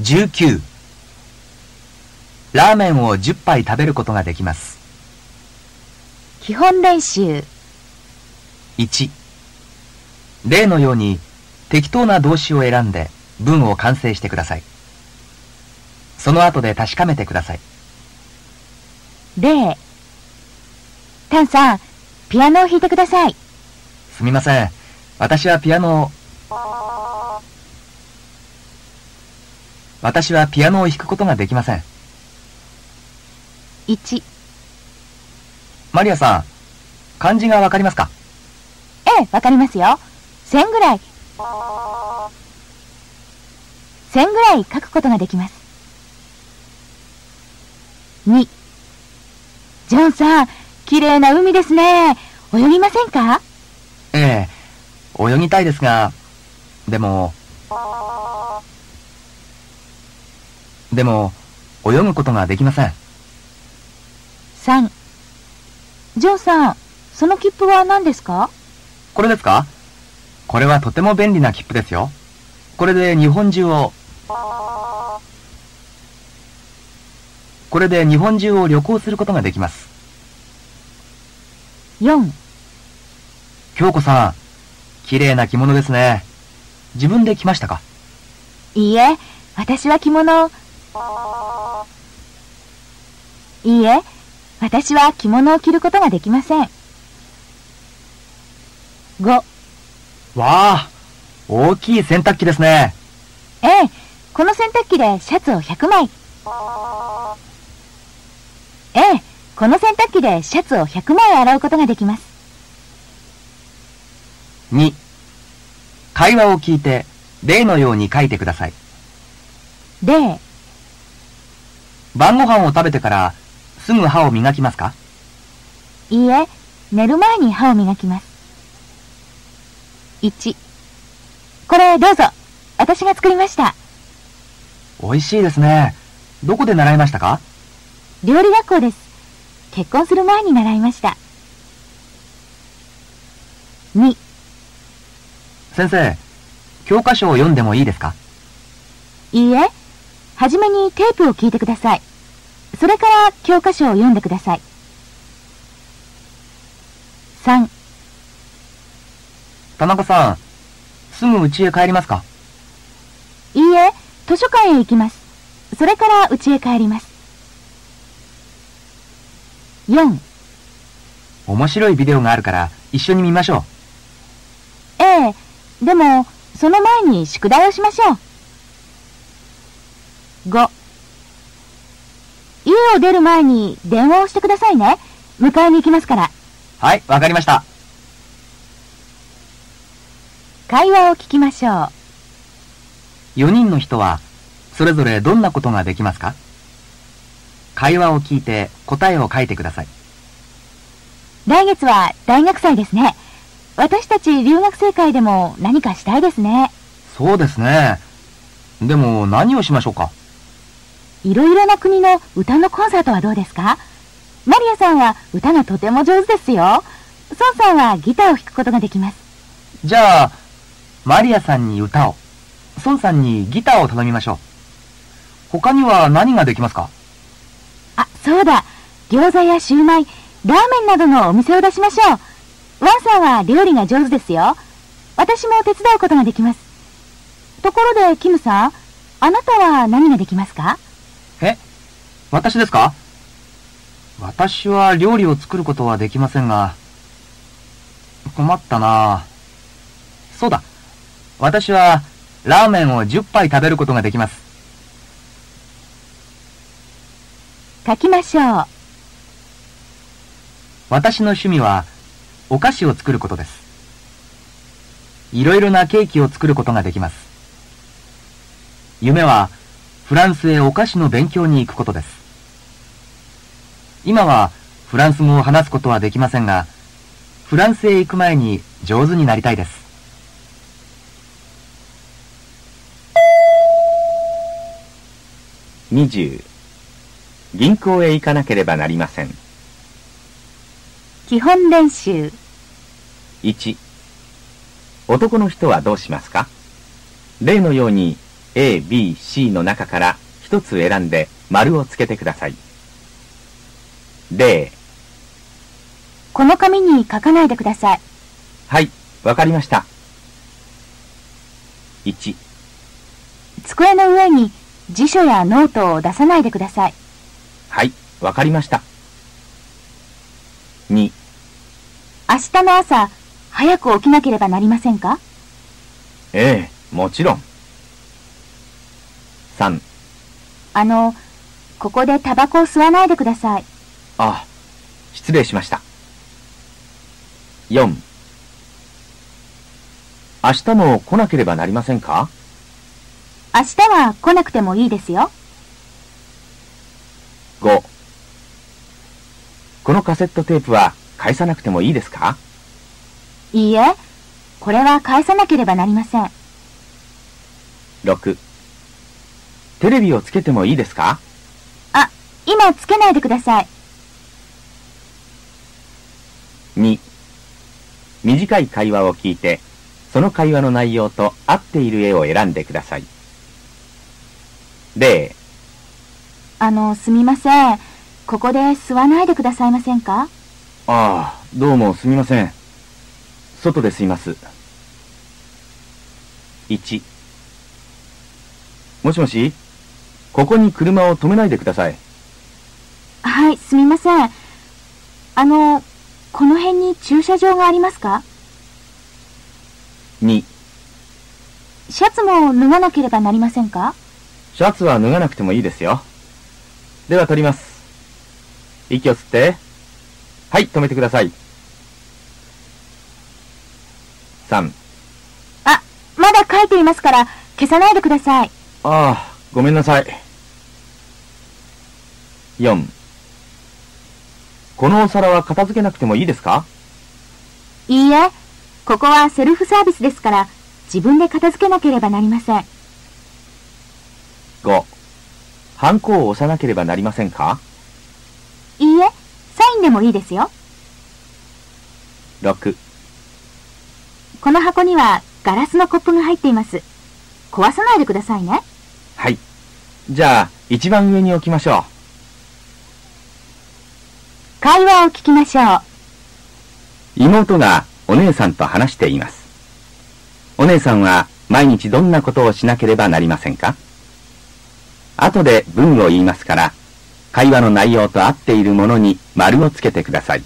19ラーメンを10杯食べることができます基本練習1例のように適当な動詞を選んで文を完成してくださいその後で確かめてください0タンさんピアノを弾いてくださいすみません私はピアノを私はピアノを弾くことができません1マリアさん漢字がわかりますかええわかりますよ1000ぐらい1000ぐらい書くことができます2ジョンさん綺麗な海ですね泳ぎませんかええ泳ぎたいですがでもでも泳ぐことができません3ジョンさんその切符は何ですかこれですかこれはとても便利な切符ですよこれで日本中をこれで日本中を旅行することができます4京子さん綺麗な着物ですね自分で着ましたかいいえ私は着物をいいえ私は着物を着ることができません5わあ大きい洗濯機ですねええこの洗濯機でシャツを100枚ええこの洗濯機でシャツを100枚洗うことができます2会話を聞いて例のように書いてください0晩ご飯を食べてからすぐ歯を磨きますかいいえ寝る前に歯を磨きます1これどうぞ私が作りました美味しいですねどこで習いましたか料理学校です結婚する前に習いました2先生教科書を読んでもいいですかいいえ、はじめにテープを聞いてください。それから教科書を読んでください。3、田中さんすぐ家へ帰りますかいいえ、図書館へ行きます。それから家へ帰ります。4、面白いビデオがあるから一緒に見ましょうええ、でも、その前に宿題をしましょう。5、家を出る前に電話をしてくださいね。迎えに行きますから。はいわかりました会話を聞きましょう。 4人の人はそれぞれどんなことができますか会話を聞いて答えを書いてください来月は大学祭ですね。私たち留学生会でも何かしたいですね。そうですねでも何をしましょうかいろいろな国の歌のコンサートはどうですかマリアさんは歌がとても上手ですよ。ソンさんはギターを弾くことができます。じゃあマリアさんに歌を孫さんにギターを頼みましょう他には何ができますかあ、そうだ。餃子やシューマイ、ラーメンなどのお店を出しましょう。ワンさんは料理が上手ですよ。私も手伝うことができます。ところで、キムさん、あなたは何ができますかえ私ですか私は料理を作ることはできませんが、困ったなぁそうだ。私はラーメンを10杯食べることができます。書きましょう。私の趣味はお菓子を作ることです。いろいろなケーキを作ることができます。夢はフランスへお菓子の勉強に行くことです。今はフランス語を話すことはできませんが、フランスへ行く前に上手になりたいです。 20銀行へ行かなければなりません基本練習1男の人はどうしますか例のように A、B、C の中から一つ選んで丸をつけてください。例、この紙に書かないでください。はい、わかりました。1、机の上に辞書やノートを出さないでください。はい、わかりました。2、明日の朝、早く起きなければなりませんかええ、もちろん。3、あの、ここでタバコを吸わないでください。あ、失礼しました。4、明日も来なければなりませんか明日は来なくてもいいですよ。 5このカセットテープは返さなくてもいいですかいいえ、これは返さなければなりません。 6テレビをつけてもいいですか今つけないでください。 2短い会話を聞いてその会話の内容と合っている絵を選んでください0あの、すみません。ここで吸わないでくださいませんかああどうもすみません外で吸います1もしもしここに車を止めないでくださいはい、すみません。あの、この辺に駐車場がありますか2シャツも脱がなければなりませんかシャツは脱がなくてもいいですよ。では取ります。息を吸って。はい、止めてください。3。あ、まだ書いていますから、消さないでください。ああ、ごめんなさい。4。このお皿は片付けなくてもいいですかいいえ、ここはセルフサービスですから、自分で片付けなければなりません。 ?5。ハンコを押さなければなりませんかいいえ、サインでもいいですよ。 ?6。この箱にはガラスのコップが入っています。壊さないでくださいね。はい。じゃあ、一番上に置きましょ会話を聞きましょう。う。妹がお姉さんと話しています。お姉さんは毎日どんなことをしなければなりませんか後で文を言いますから、会話の内容と合っているものに丸をつけてください。